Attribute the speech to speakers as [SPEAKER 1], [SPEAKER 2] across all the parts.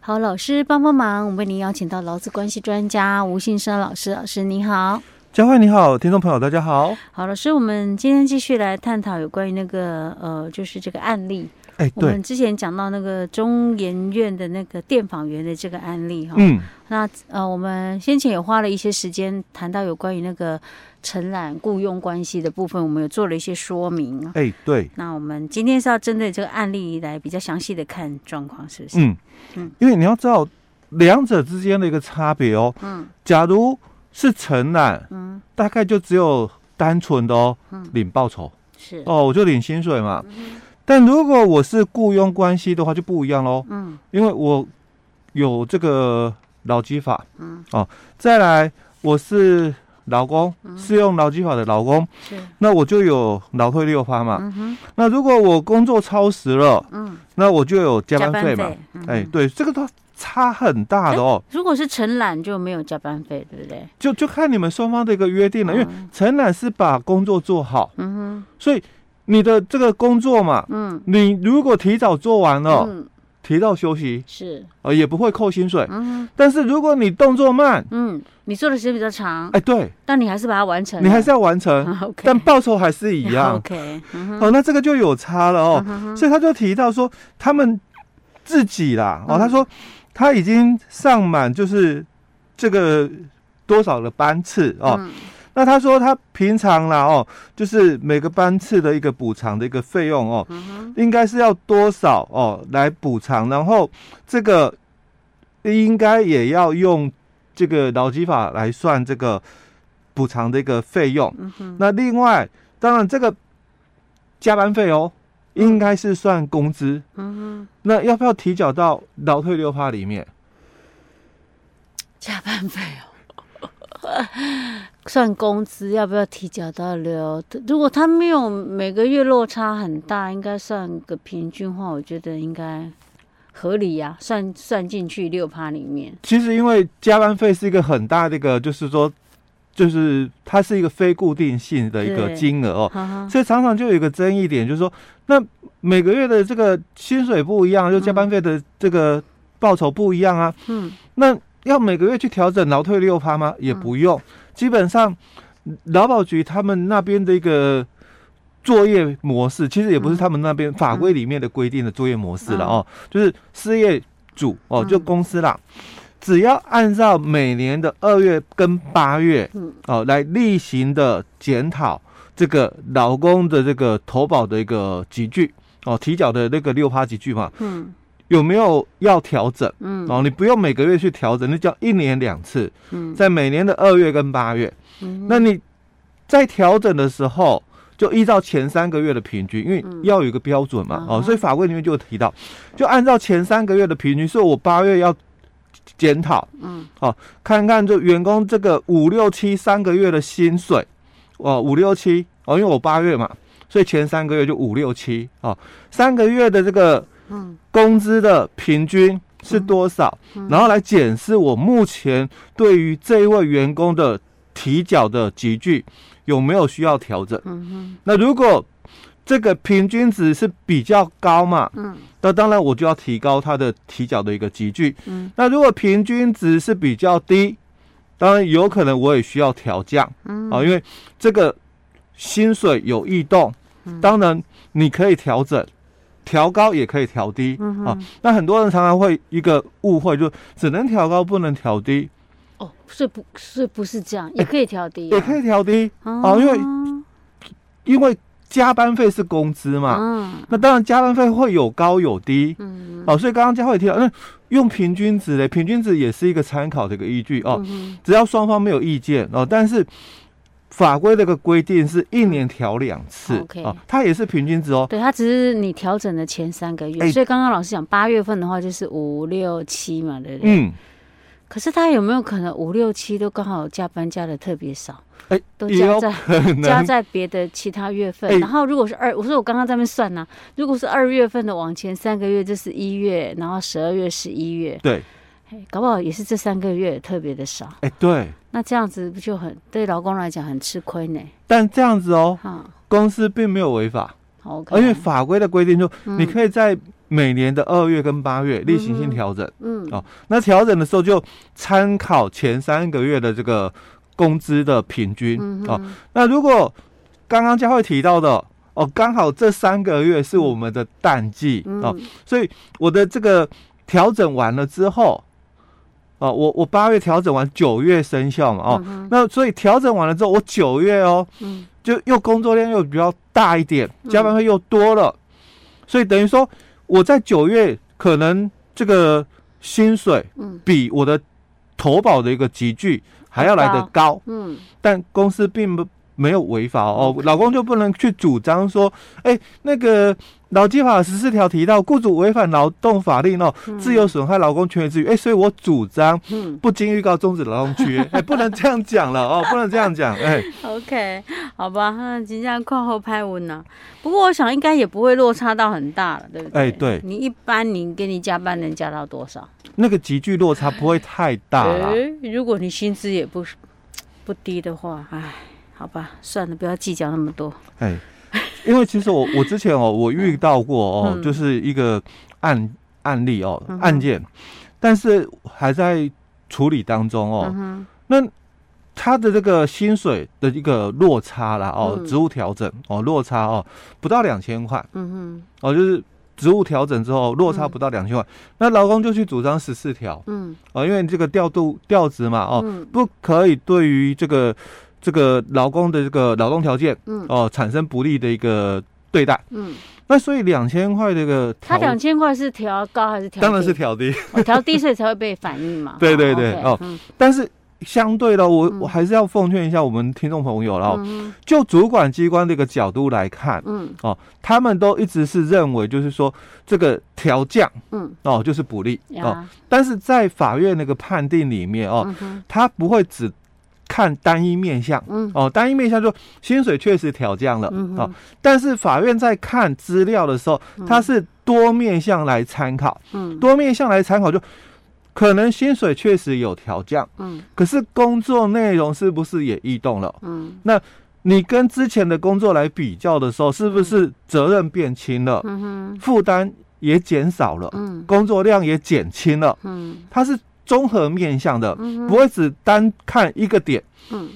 [SPEAKER 1] 好，老师帮帮忙，我们为您邀请到劳资关系专家吴信生老师，老师您好。
[SPEAKER 2] 佳慧你好，听众朋友大家好。
[SPEAKER 1] 好，老师，我们今天继续来探讨有关于那个呃，就是这个案例。
[SPEAKER 2] 哎，
[SPEAKER 1] 我们
[SPEAKER 2] 对，
[SPEAKER 1] 之前讲到那个中研院的那个电访员的这个案例哈，
[SPEAKER 2] 嗯，
[SPEAKER 1] 那呃，我们先前也花了一些时间谈到有关于那个承揽雇佣关系的部分，我们有做了一些说明啊。
[SPEAKER 2] 哎，对，
[SPEAKER 1] 那我们今天是要针对这个案例来比较详细的看状况，是不是？
[SPEAKER 2] 嗯
[SPEAKER 1] 嗯，
[SPEAKER 2] 因为你要知道两者之间的一个差别哦。
[SPEAKER 1] 嗯
[SPEAKER 2] 假如是承揽，
[SPEAKER 1] 嗯，
[SPEAKER 2] 大概就只有单纯的哦
[SPEAKER 1] 嗯，
[SPEAKER 2] 领报酬
[SPEAKER 1] 是，
[SPEAKER 2] 哦，我就领薪水嘛。但如果我是雇佣关系的话，就不一样喽，
[SPEAKER 1] 嗯
[SPEAKER 2] 因为我有这个劳基法，嗯，哦，再来我是劳工，
[SPEAKER 1] 嗯
[SPEAKER 2] 适用劳基法的劳工，
[SPEAKER 1] 是，
[SPEAKER 2] 那我就有劳退六趴嘛。
[SPEAKER 1] 嗯哼，
[SPEAKER 2] 那如果我工作超时了，
[SPEAKER 1] 嗯，
[SPEAKER 2] 那我就有加
[SPEAKER 1] 加
[SPEAKER 2] 班费嘛。
[SPEAKER 1] 费，嗯
[SPEAKER 2] 哎、，对，这个都差很大的哦，
[SPEAKER 1] 如果是承揽就没有加班费，对不对？
[SPEAKER 2] 就就看你们双方的一个约定了。因为
[SPEAKER 1] 嗯
[SPEAKER 2] 承揽是把工作做好，
[SPEAKER 1] 嗯
[SPEAKER 2] 所以你的这个工作嘛
[SPEAKER 1] 哼，，嗯，
[SPEAKER 2] 你如果提早做完了，
[SPEAKER 1] 嗯，
[SPEAKER 2] 提到休息，
[SPEAKER 1] 是，
[SPEAKER 2] 呃，也不会扣薪水。
[SPEAKER 1] 嗯哼
[SPEAKER 2] 但是如果你动作慢，
[SPEAKER 1] 嗯，你做的时间比较长，
[SPEAKER 2] 哎、对
[SPEAKER 1] 但你还是把它完成了，
[SPEAKER 2] 你 还是要完成，
[SPEAKER 1] 要 OK，
[SPEAKER 2] 但报酬还是一 样。
[SPEAKER 1] OK，嗯哼
[SPEAKER 2] 哦，那这个就有差了哦。
[SPEAKER 1] 嗯哼
[SPEAKER 2] 所以他就提到说，他们自己啦，哦，
[SPEAKER 1] 嗯
[SPEAKER 2] 他说他已经上满就是这个多少的班次哦，
[SPEAKER 1] 嗯
[SPEAKER 2] 那他说他平常啦哦，就是每个班次的一个补偿的一个费用哦，
[SPEAKER 1] 嗯
[SPEAKER 2] 应该是要多少哦来补偿，然后这个应该也要用这个劳基法来算这个补偿的一个费用。
[SPEAKER 1] 嗯哼，
[SPEAKER 2] 那另外，当然这个加班费哦，应该是算工资。
[SPEAKER 1] 嗯嗯哼，
[SPEAKER 2] 那要不要提缴到劳退六趴里面？
[SPEAKER 1] 加班费哦， 算工资要不要提交到流？如果他没有每个月落差很大，应该算个平均化，我觉得应该合理呀、算算进去六趴里面。
[SPEAKER 2] 其实因为加班费是一个很大的一个，就是说，就是它是一个非固定性的一个
[SPEAKER 1] 对嗯
[SPEAKER 2] 金额哦，
[SPEAKER 1] 哈哈，
[SPEAKER 2] 所以常常就有一个争议点，就是说，那每个月的这个薪水不一样，就加班费的这个报酬不一样啊，
[SPEAKER 1] 嗯
[SPEAKER 2] 那要每个月去调整劳退六趴吗？也不用，基本上劳保局他们那边的一个作业模式，其实也不是他们那边
[SPEAKER 1] 嗯
[SPEAKER 2] 法规里面的规定的作业模式了哦，就是事业主哦，
[SPEAKER 1] 嗯
[SPEAKER 2] 就公司啦。只要按照每年的二月跟八月
[SPEAKER 1] 嗯
[SPEAKER 2] 哦来例行的检讨这个劳工的这个投保的一个集聚哦提缴的那个六趴集聚嘛，
[SPEAKER 1] 嗯
[SPEAKER 2] 有没有要调整？
[SPEAKER 1] 嗯
[SPEAKER 2] 哦，你不用每个月去调整，你只要一年两次，
[SPEAKER 1] 嗯
[SPEAKER 2] 在每年的二月跟八月。
[SPEAKER 1] 嗯，
[SPEAKER 2] 那你在调整的时候，就依照前三个月的平均，因为要有一个标准嘛。
[SPEAKER 1] 嗯
[SPEAKER 2] 哦，所以法规里面就有提到，就按照前三个月的平均，所以我八月要检讨，
[SPEAKER 1] 嗯，
[SPEAKER 2] 哦，看看就员工这个五六七三个月的薪水，哦，五六七哦，因为我八月嘛，所以前三个月就五六七哦，三个月的这个
[SPEAKER 1] 嗯
[SPEAKER 2] 工资的平均是多少，然后来检视我目前对于这一位员工的提缴的集聚有没有需要调整。
[SPEAKER 1] 嗯哼
[SPEAKER 2] 那如果这个平均值是比较高嘛，
[SPEAKER 1] 嗯
[SPEAKER 2] 那当然我就要提高它的提缴的一个集聚。
[SPEAKER 1] 嗯，
[SPEAKER 2] 那如果平均值是比较低，当然有可能我也需要调降。
[SPEAKER 1] 嗯
[SPEAKER 2] 啊，因为这个薪水有异动，
[SPEAKER 1] 嗯
[SPEAKER 2] 当然你可以调整，调高也可以调低、
[SPEAKER 1] 嗯
[SPEAKER 2] 啊。那很多人常常会一个误会，就只能调高不能调低，
[SPEAKER 1] 哦，所以不所以不是这样，也可以调低、啊，
[SPEAKER 2] 也可以调低，
[SPEAKER 1] 哦
[SPEAKER 2] 哎因为因为加班费是工资嘛。
[SPEAKER 1] 嗯
[SPEAKER 2] 那当然，加班费会有高有低
[SPEAKER 1] 嗯
[SPEAKER 2] 哦，所以刚刚佳慧提到，那用平均值嘞，平均值也是一个参考的一个依据哦。
[SPEAKER 1] 嗯
[SPEAKER 2] 只要双方没有意见哦，但是法规的一个规定是一年调两次
[SPEAKER 1] OK
[SPEAKER 2] 哦，它也是平均值哦。
[SPEAKER 1] 对，它只是你调整的前三个月，
[SPEAKER 2] 哎
[SPEAKER 1] 所以刚刚老师讲八月份的话就是五六七嘛，对不对？
[SPEAKER 2] 嗯，
[SPEAKER 1] 可是他有没有可能五六七都刚好加班加的特别少，
[SPEAKER 2] 哎，
[SPEAKER 1] 都
[SPEAKER 2] 也
[SPEAKER 1] 加
[SPEAKER 2] 有
[SPEAKER 1] 在
[SPEAKER 2] 可能
[SPEAKER 1] 加在别的其他月份？
[SPEAKER 2] 哎
[SPEAKER 1] 然后如果是二，我说我刚刚在那边算呢、如果是二月份的往前三个月，就是一月，然后十二月、十一月，
[SPEAKER 2] 对，
[SPEAKER 1] 哎搞不好也是这三个月特别的少。
[SPEAKER 2] 哎对，
[SPEAKER 1] 那这样子不就很对劳工来讲很吃亏呢？
[SPEAKER 2] 但这样子哦，
[SPEAKER 1] 哈、
[SPEAKER 2] 公司并没有违法，
[SPEAKER 1] 好，OK，嗯
[SPEAKER 2] 哎而且法规的规定就你可以在每年的二月跟八月例行性调整。
[SPEAKER 1] 嗯
[SPEAKER 2] 哦，那调整的时候就参考前三个月的这个工资的平均、
[SPEAKER 1] 嗯
[SPEAKER 2] 哦。那如果刚刚佳慧提到的哦，刚好这三个月是我们的淡季、
[SPEAKER 1] 嗯
[SPEAKER 2] 哦，所以我的这个调整完了之后。哦，我我八月调整完，九月生效嘛，哦，那所以调整完了之后，我九月哦，
[SPEAKER 1] 嗯
[SPEAKER 2] 就又工作量又比较大一点，加班费又多了，所以等于说我在九月可能这个薪水
[SPEAKER 1] 嗯
[SPEAKER 2] 比我的投保的一个集聚还要来得高，
[SPEAKER 1] 嗯
[SPEAKER 2] 但公司并不没有违法哦。老公就不能去主张说，哎、那个劳基法十四条提到，雇主违反劳动法令哦，自由损害劳工权益之余，哎、所以我主张
[SPEAKER 1] 嗯
[SPEAKER 2] 不经预告终止劳动契约，哎、不能这样讲了哦，不能这样讲，哎、
[SPEAKER 1] ，OK，好吧，那真正看后拍文呐。不过我想应该也不会落差到很大了，对不对？
[SPEAKER 2] 哎对
[SPEAKER 1] 你一般你给你加班能加到多少？
[SPEAKER 2] 那个集聚落差不会太大啦。
[SPEAKER 1] 哎如果你薪资也不是不低的话，哎，好吧，算了，不要计较那么多。
[SPEAKER 2] 哎，因为其实我我之前哦，我遇到过哦，
[SPEAKER 1] 嗯
[SPEAKER 2] 就是一个案案例哦，案件，但是还在处理当中哦。
[SPEAKER 1] 嗯
[SPEAKER 2] 那他的这个薪水的一个落差啦哦，
[SPEAKER 1] 嗯
[SPEAKER 2] 职务调整哦，落差哦不到两千块
[SPEAKER 1] 哼，嗯
[SPEAKER 2] 哦，就是职务调整之后落差不到两千块，那劳工就去主张十四条
[SPEAKER 1] 哼，嗯
[SPEAKER 2] 哦，因为你这个调度调职嘛哦，
[SPEAKER 1] 嗯
[SPEAKER 2] 不可以对于这个这个劳工的这个劳动条件，
[SPEAKER 1] 嗯
[SPEAKER 2] 哦、产生不利的一个对待。
[SPEAKER 1] 嗯，
[SPEAKER 2] 那所以两千块这个
[SPEAKER 1] 他
[SPEAKER 2] 调，
[SPEAKER 1] 两千块是调高还是调低？
[SPEAKER 2] 当然是调低，。
[SPEAKER 1] 哦调低，所以才会被反应嘛
[SPEAKER 2] 对对对
[SPEAKER 1] OK，
[SPEAKER 2] 哦
[SPEAKER 1] 嗯
[SPEAKER 2] 但是相对的，我、
[SPEAKER 1] 嗯
[SPEAKER 2] 我还是要奉劝一下我们听众朋友了、哦
[SPEAKER 1] 嗯
[SPEAKER 2] 就主管机关这个角度来看，
[SPEAKER 1] 嗯
[SPEAKER 2] 他们都一直是认为就是说这个调降
[SPEAKER 1] 嗯，
[SPEAKER 2] 哦就是不利哦，
[SPEAKER 1] 呀，
[SPEAKER 2] 但是在法院那个判定里面哦，
[SPEAKER 1] 嗯哼
[SPEAKER 2] 他不会只看单一面向。
[SPEAKER 1] 嗯
[SPEAKER 2] 哦，单一面向就薪水确实调降了、
[SPEAKER 1] 嗯
[SPEAKER 2] 哦
[SPEAKER 1] 哼，
[SPEAKER 2] 但是法院在看资料的时候，它是多面向来参考，
[SPEAKER 1] 嗯
[SPEAKER 2] 多面向来参考就可能薪水确实有调降，
[SPEAKER 1] 嗯
[SPEAKER 2] 可是工作内容是不是也异动了？
[SPEAKER 1] 嗯
[SPEAKER 2] 你跟之前的工作来比较的时候，是不是责任变轻了，
[SPEAKER 1] 嗯哼
[SPEAKER 2] 负担也减少了，
[SPEAKER 1] 嗯
[SPEAKER 2] 工作量也减轻了？
[SPEAKER 1] 嗯
[SPEAKER 2] 它是综合面向的，
[SPEAKER 1] 嗯
[SPEAKER 2] 不会只单看一个点。
[SPEAKER 1] 嗯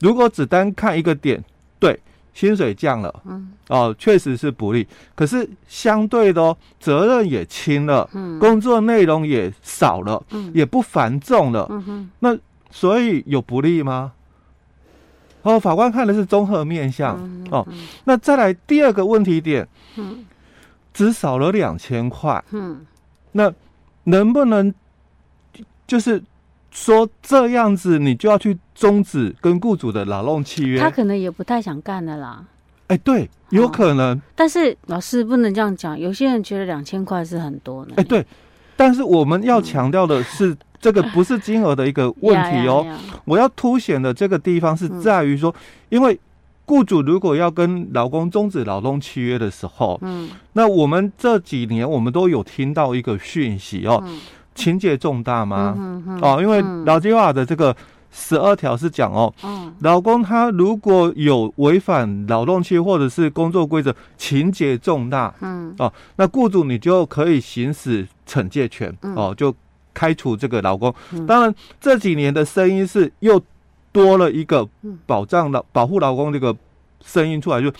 [SPEAKER 2] 如果只单看一个点，对，薪水降了，
[SPEAKER 1] 嗯，
[SPEAKER 2] 哦，确实是不利。可是相对的哦，责任也轻了，
[SPEAKER 1] 嗯
[SPEAKER 2] 工作内容也少了，
[SPEAKER 1] 嗯
[SPEAKER 2] 也不繁重了，
[SPEAKER 1] 嗯哼
[SPEAKER 2] 所以有不利吗？哦，法官看的是综合面向、
[SPEAKER 1] 嗯
[SPEAKER 2] 哦。那再来第二个问题点，
[SPEAKER 1] 嗯
[SPEAKER 2] 只少了两千块，
[SPEAKER 1] 嗯
[SPEAKER 2] 那能不能就是说这样子，你就要去终止跟雇主的劳动契约？
[SPEAKER 1] 他哦可能也不太想干了啦。
[SPEAKER 2] 哎，对，有可能。
[SPEAKER 1] 但是老师不能这样讲，有些人觉得两千块是很多呢。
[SPEAKER 2] 哎，对，但是我们要强调的是，这个不是金额的一个问
[SPEAKER 1] 呀
[SPEAKER 2] 题哦。，
[SPEAKER 1] 呀呀
[SPEAKER 2] 我要凸显的这个地方是在于
[SPEAKER 1] 嗯
[SPEAKER 2] 说，因为雇主如果要跟劳工终止劳动契约的时候，
[SPEAKER 1] 嗯
[SPEAKER 2] 那我们这几年我们都有听到一个讯息哦，
[SPEAKER 1] 嗯
[SPEAKER 2] 情节重大吗？
[SPEAKER 1] 嗯哼
[SPEAKER 2] 哦，因为
[SPEAKER 1] 嗯
[SPEAKER 2] 劳基法的这个十二条是讲哦，
[SPEAKER 1] 嗯
[SPEAKER 2] 劳工他如果有违反劳动契约或者是工作规则，情节重大，哦
[SPEAKER 1] 嗯
[SPEAKER 2] 那雇主你就可以行使惩戒权、
[SPEAKER 1] 嗯
[SPEAKER 2] 哦，就开除这个劳工。
[SPEAKER 1] 嗯
[SPEAKER 2] 当然，这几年的声音是又多了一个
[SPEAKER 1] 嗯
[SPEAKER 2] 保障劳保护劳工这个声音出来，就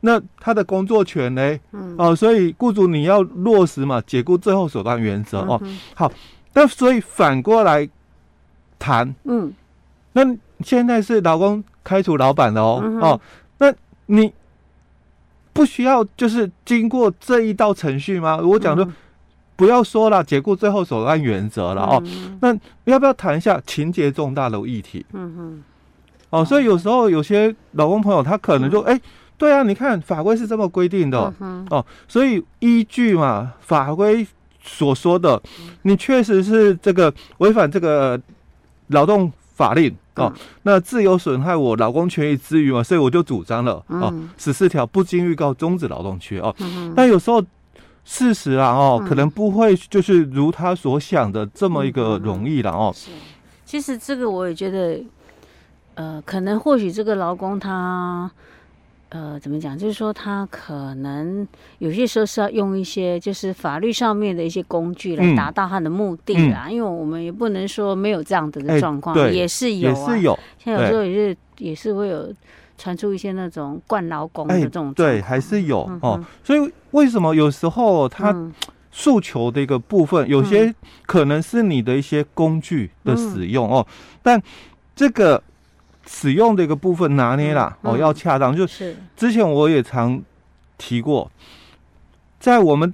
[SPEAKER 2] 那他的工作权呢？
[SPEAKER 1] 嗯
[SPEAKER 2] 哦，所以雇主你要落实嘛，解雇最后手段原则哦。
[SPEAKER 1] 嗯
[SPEAKER 2] 但所以反过来谈，
[SPEAKER 1] 嗯
[SPEAKER 2] 那现在是劳工开除老板了哦、
[SPEAKER 1] 嗯哼
[SPEAKER 2] 哦，那你不需要就是经过这一道程序吗？我讲说。
[SPEAKER 1] 嗯
[SPEAKER 2] 不要说了，解雇最后手段原则了哦。
[SPEAKER 1] 嗯
[SPEAKER 2] 那要不要谈一下情节重大的议题
[SPEAKER 1] 嗯
[SPEAKER 2] 哦？所以有时候有些老公朋友他可能就哎、对啊，你看法规是这么规定的哦、
[SPEAKER 1] 嗯嗯
[SPEAKER 2] 哦，所以依据嘛法规所说的，
[SPEAKER 1] 嗯
[SPEAKER 2] 你确实是这个违反这个劳动法令哦，
[SPEAKER 1] 嗯
[SPEAKER 2] 那自由损害我劳工权益之余嘛，所以我就主张了哦，
[SPEAKER 1] 嗯
[SPEAKER 2] 十四条不经预告终止劳动契约哦，
[SPEAKER 1] 嗯
[SPEAKER 2] 但有时候事实啊，哦，
[SPEAKER 1] 嗯
[SPEAKER 2] 可能不会就是如他所想的这么一个容易了哦。
[SPEAKER 1] 嗯是，啊其实这个我也觉得，呃，可能或许这个劳工他，呃，怎么讲？就是说，他可能有些时候是要用一些就是法律上面的一些工具来
[SPEAKER 2] 嗯
[SPEAKER 1] 达到他的目的啦。因为我们也不能说没有这样子的
[SPEAKER 2] 哎
[SPEAKER 1] 状况，
[SPEAKER 2] 对
[SPEAKER 1] 也是有
[SPEAKER 2] 也
[SPEAKER 1] 啊，
[SPEAKER 2] 是有，
[SPEAKER 1] 现在有时候也是也是会有传出一些那种惯劳工的
[SPEAKER 2] 哎
[SPEAKER 1] 这种状
[SPEAKER 2] 对，
[SPEAKER 1] 况
[SPEAKER 2] 还是有
[SPEAKER 1] 嗯
[SPEAKER 2] 哦
[SPEAKER 1] 哼。
[SPEAKER 2] 所以为什么有时候他
[SPEAKER 1] 嗯
[SPEAKER 2] 诉求的一个部分，有些可能是你的一些工具的使用
[SPEAKER 1] 嗯
[SPEAKER 2] 哦，但这个使用的一个部分拿捏啦，
[SPEAKER 1] 嗯嗯
[SPEAKER 2] 哦要恰当。就是之前我也常提过，在我们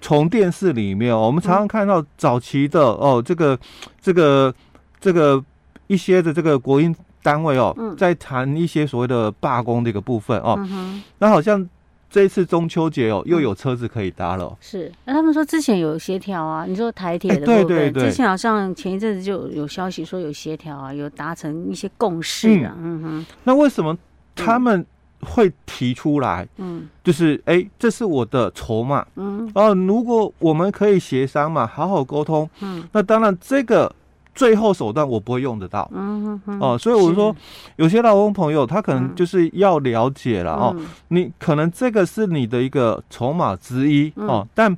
[SPEAKER 2] 从电视里面、哦，我们常常看到早期的
[SPEAKER 1] 嗯
[SPEAKER 2] 哦，这个这个这个一些的这个国营单位哦，
[SPEAKER 1] 嗯
[SPEAKER 2] 在谈一些所谓的罢工的一个部分哦，
[SPEAKER 1] 嗯哼嗯
[SPEAKER 2] 那好像这一次中秋节哦，又有车子可以搭了哦、
[SPEAKER 1] 是。那他们说之前有协调啊，你说台铁
[SPEAKER 2] 哎
[SPEAKER 1] 的部分，
[SPEAKER 2] 对对对
[SPEAKER 1] 之前好像前一阵子就有消息说有协调啊，有达成一些共识啊。嗯哼，
[SPEAKER 2] 那为什么他们会提出来？
[SPEAKER 1] 嗯
[SPEAKER 2] 就是哎、这是我的筹码
[SPEAKER 1] 嗯
[SPEAKER 2] 哦、如果我们可以协商嘛，好好沟通，
[SPEAKER 1] 嗯
[SPEAKER 2] 那当然这个最后手段我不会用得到。
[SPEAKER 1] 嗯哼哼
[SPEAKER 2] 哦，所以我说，有些劳工朋友他可
[SPEAKER 1] 嗯
[SPEAKER 2] 能就是要了解了
[SPEAKER 1] 是
[SPEAKER 2] 哦，
[SPEAKER 1] 嗯
[SPEAKER 2] 你可能这个是你的一个筹码之一
[SPEAKER 1] 嗯
[SPEAKER 2] 哦，但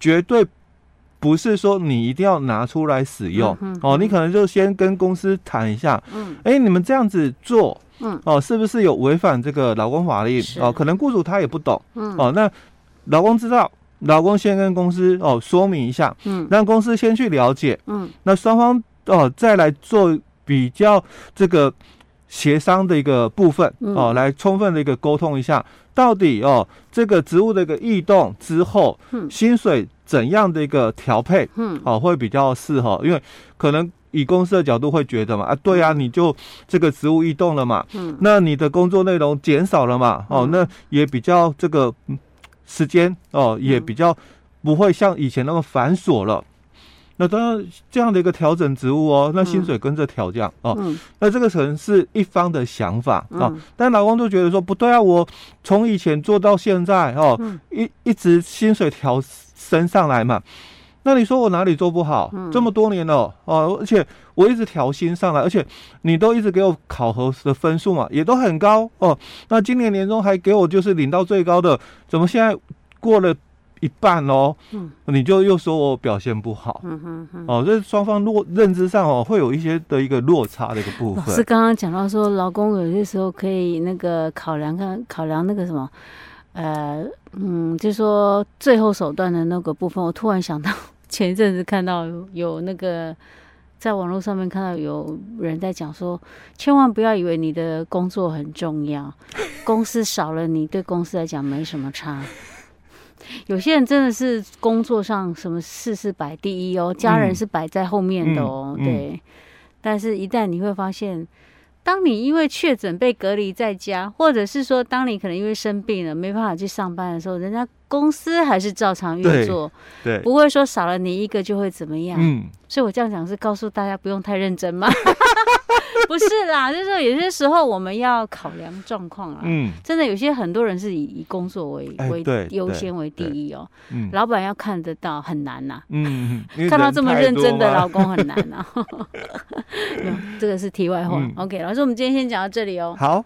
[SPEAKER 2] 绝对不是说你一定要拿出来使用
[SPEAKER 1] 嗯哼
[SPEAKER 2] 哦，你可能就先跟公司谈一下，
[SPEAKER 1] 嗯
[SPEAKER 2] 哎，你们这样子做，
[SPEAKER 1] 嗯，
[SPEAKER 2] 哦，是不是有违反这个劳工法令
[SPEAKER 1] 是？
[SPEAKER 2] 哦，可能雇主他也不懂，
[SPEAKER 1] 嗯
[SPEAKER 2] 哦，那劳工知道，劳工先跟公司哦说明一下，
[SPEAKER 1] 嗯
[SPEAKER 2] 让公司先去了解，
[SPEAKER 1] 嗯
[SPEAKER 2] 那双方哦再来做比较这个协商的一个部分
[SPEAKER 1] 嗯
[SPEAKER 2] 哦，来充分的一个沟通一下，到底哦这个职务的一个异动之后
[SPEAKER 1] 嗯，
[SPEAKER 2] 薪水怎样的一个调配
[SPEAKER 1] 嗯
[SPEAKER 2] 哦会比较适合，因为可能。以公司的角度会觉得嘛，啊，对啊，你就这个职务异动了嘛，
[SPEAKER 1] 嗯
[SPEAKER 2] 那你的工作内容减少了嘛，哦，
[SPEAKER 1] 嗯
[SPEAKER 2] 那也比较这个嗯时间哦，也
[SPEAKER 1] 嗯
[SPEAKER 2] 比较不会像以前那么繁琐了。那当然，这样的一个调整职务哦，那薪水跟着调降、哦。
[SPEAKER 1] 嗯
[SPEAKER 2] 那这个可能是一方的想法哦，
[SPEAKER 1] 嗯
[SPEAKER 2] 但老公就觉得说不对啊，我从以前做到现在哦，
[SPEAKER 1] 嗯
[SPEAKER 2] 一一直薪水调升上来嘛，那你说我哪里做不好？
[SPEAKER 1] 嗯
[SPEAKER 2] 这么多年了哦，而且我一直调薪上来，而且你都一直给我考核的分数嘛，也都很高哦。那今年年终还给我就是领到最高的，怎么现在过了一半喽？
[SPEAKER 1] 嗯，
[SPEAKER 2] 你就又说我表现不好。
[SPEAKER 1] 嗯哼哼。
[SPEAKER 2] 哦，这双方落认知上哦，会有一些的一个落差的一个部
[SPEAKER 1] 老
[SPEAKER 2] 分。
[SPEAKER 1] 师刚刚讲到说，劳工有些时候可以那个考量看考量那个什么，呃，嗯，就说最后手段的那个部分。我突然想到，前一阵子看到有那个在网络上面看到有人在讲说，千万不要以为你的工作很重 要，公司少了你对公司来讲没什么差。有些人真的是工作上什么事是摆第一哦，家人
[SPEAKER 2] 嗯
[SPEAKER 1] 是摆在后面的哦，
[SPEAKER 2] 嗯嗯
[SPEAKER 1] 对。但是，一旦你会发现，当你因为确诊被隔离在家，或者是说，当你可能因为生病了没办法去上班的时候，人家公司还是照常运
[SPEAKER 2] 对
[SPEAKER 1] 作，
[SPEAKER 2] 对，
[SPEAKER 1] 不会说少了你一个就会怎么样。
[SPEAKER 2] 嗯，
[SPEAKER 1] 所以我这样讲是告诉大家不用太认真吗？ 不是啦，就是说有些时候我们要考量状况啦。
[SPEAKER 2] 嗯
[SPEAKER 1] 真的有些很多人是以以工作为
[SPEAKER 2] 哎
[SPEAKER 1] 为
[SPEAKER 2] 对
[SPEAKER 1] 优
[SPEAKER 2] 对
[SPEAKER 1] 先为第
[SPEAKER 2] 对
[SPEAKER 1] 一哦，
[SPEAKER 2] 嗯
[SPEAKER 1] 老板要看得到很难呐、
[SPEAKER 2] 嗯，因为
[SPEAKER 1] 看到
[SPEAKER 2] 人
[SPEAKER 1] 这么
[SPEAKER 2] 太
[SPEAKER 1] 认
[SPEAKER 2] 多
[SPEAKER 1] 真的
[SPEAKER 2] 嘛
[SPEAKER 1] 老公很 难啊。没有这个是题外话。
[SPEAKER 2] 嗯
[SPEAKER 1] OK，老师，我们今天先讲到这里哦。
[SPEAKER 2] 好，